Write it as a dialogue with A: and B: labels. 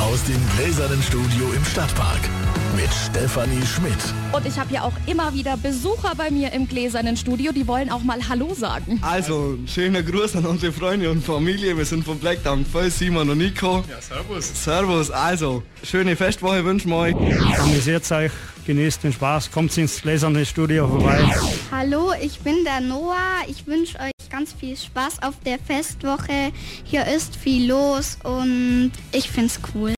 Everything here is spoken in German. A: aus dem gläsernen Studio im Stadtpark mit Stefanie Schmidt.
B: Und ich habe ja auch immer wieder Besucher bei mir im gläsernen Studio, die wollen auch mal Hallo sagen.
C: Also, schöner Gruß an unsere Freunde und Familie. Wir sind vom Black Down voll Simon und Nico.
D: Ja, servus.
C: Servus, also, schöne Festwoche wünschen wir euch.
E: Amüsiert euch, genießt den Spaß, kommt ins gläserne Studio vorbei.
F: Hallo, ich bin der Noah. Ich wünsche euch ganz viel Spaß auf der Festwoche. Hier ist viel los und ich find's cool.